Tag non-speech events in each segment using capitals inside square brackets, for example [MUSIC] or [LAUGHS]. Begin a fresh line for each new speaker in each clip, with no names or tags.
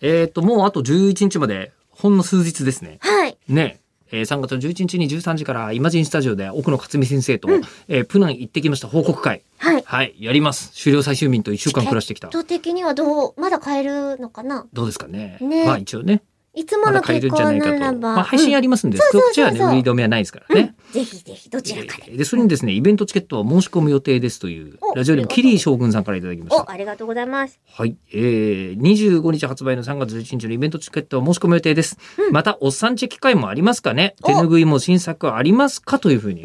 えっ、と、もうあと11日まで、ほんの数日ですね。
はい。
ね。えー、3月の11日に13時からイマジンスタジオで奥野克美先生と、
うん
えープナン行ってきました報告会。
はい。
はい、やります。終了最終便と1週間暮らしてきた
チケ。ット的にはどう、まだ買えるのかな
どうですかね。
ね
まあ一応ね、
いつも
まだ
の
買え
結
るんじゃ
構
ないか
な
と。
らば。
まあ配信あ
り
りますんで、
そうそうそうそう
こっちはね、売り止めはないですからね。
ぜひぜひ、どちらかで。
で、それにですね、イベントチケットは申し込む予定ですという
お、
ラジオネームキリー将軍さんからいただきました
お、。ありがとうございます。
はい、えー、25日発売の3月11日のイベントチケットは申し込む予定です。また、おっさんチェ機会もありますかね
お
手拭いも新作はありますかというふうに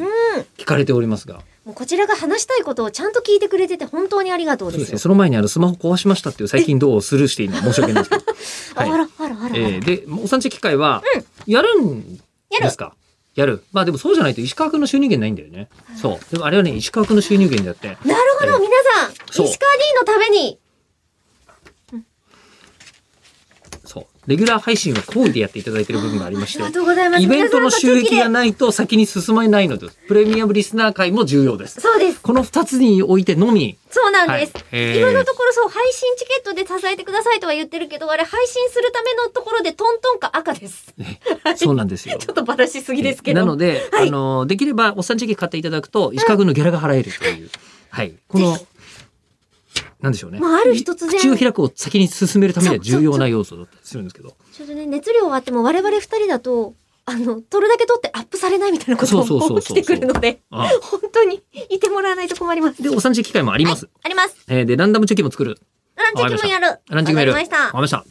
聞かれておりますが、
もうこちらが話したいことをちゃんと聞いてくれてて本当にありがとう
そう
で
ですす
よ
ね、。その前にあのスマホ壊しましたっていう最近どうをスルーして今申し訳ないですけど。はい
あらあらあらあら。
えー、で、おっさんチェ機会は、やるんですかやる。まあでもそうじゃないと石川君の収入源ないんだよね。そう。でもあれはね、石川君の収入源であって、
なるほど、
えー
皆さん
そう
石川 D のために
そう。レギュラー配信は行為でやっていただいている部分がありまし
ありが
て、
とうございます。
イベントの収益が
皆さんの
ないと先に進まないのです。プレミアムリスナー会も重要です。
そうです。
この二つにおいてのみ、
そうなんです。
はいえー
いろいろところそう配信チケットで支えてくださいとは言ってるけどあれ配信するためのところでトントンか赤です。
[LAUGHS] そうなんですよ。
ちょっとバラしすぎですけど。
なので、
はい
あの、できれば、おっさんチェキ買っていただくと、石川君のギャラが払えるという。はい。この
ぜ、
なんでしょうね。
まあある日突然
口を開くを先に進めるためには重要な要素だったりするんですけど。
ちょっとね熱量終わっても我々二人だとあの撮るだけ撮ってアップされないみたいなこと
そうそうそ
も
う
起
そ
き
う
てくるので
あ
本当にいてもらわないと困ります。
で、おっさんチェキ会もあります。
あります。
えーで、ランダムチェキも作る。
ランチキもやる。
ランチェキもやる。
わかりまし
わか
た。
りました。今日の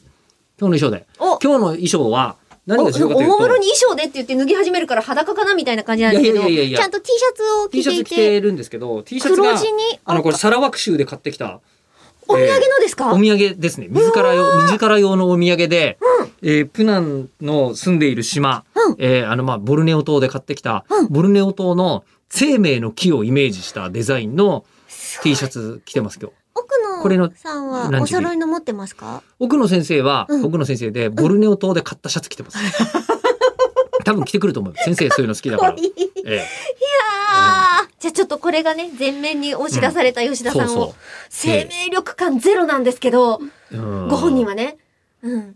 衣装で。今
お
日の衣装は、何が重要かと
おお
いう
も
と
むろに衣装でって言って脱ぎ始めるから裸かなみたいな感じなんですけど
いやいやいやいや
ちゃんと T シャツを
T
着
シャ
て
ツ
い
着て
て
るんですけど、T シャツ
黒
が
地、に
あの、これ、
あ
サラワク州で買ってきた、
お土産のですか、
お土産ですね。自ら用、自ら用のお土産で、えープナンの住んでいる島、
うん
えーあの、まあ、ボルネオ島で買ってきた、
うん
ボルネオ島の生命の木をイメージしたデザインの T シャツ着てます、今日。
奥
これの
野さんは
ラン
お
チ日
揃いの持ってますか
奥野先生は、
うん
奥野先生で、ボルネオ島で買ったシャツ着て
[LAUGHS]
ます。多分着てくると思う。先生そういうの好きだから。
[LAUGHS] いい
え
あーじゃあちょっとこれがね、全面に押し出された吉
え
田
そ
さ
うんそ
を、生命力感ゼロなんですけど、
う。うん
ご本人はね。うん。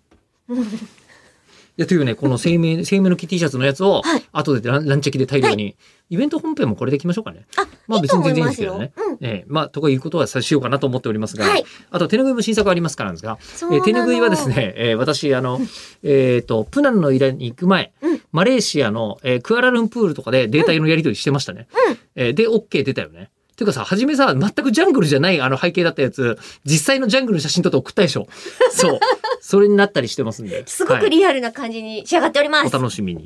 いやというね、この生命、生命の木 T シャツのやつを
はい、
後でランランチェキで大量に、イベント本編もこれでいきましょうかね。
あ、
まあ
いいと思い
別に全然いいん
ま
ですすけ
よ。
どね
うん。
ええまあ、とかいうことはさしようかなと思っておりますが、
はい
あと手拭いも新作ありますからなんですが、
そう
え
な
ー
の
手拭いはです。ね、えー私、あの、えっ、と、プナンの依頼に行く前、
うん
マレーシアの、えークアラルンプールとかでデータのやり取りしてましたね。
うん
えーで、OK 出たよね。ていうかさ、初めさ、全くジャングルじゃないあの背景だったやつ、実際のジャングルの写真撮って送ったでしょ。
[LAUGHS]
そう。それになったりしてますんで。
すご
はい
くリアルな感じに仕上がっておりま
お
す。
楽しみに。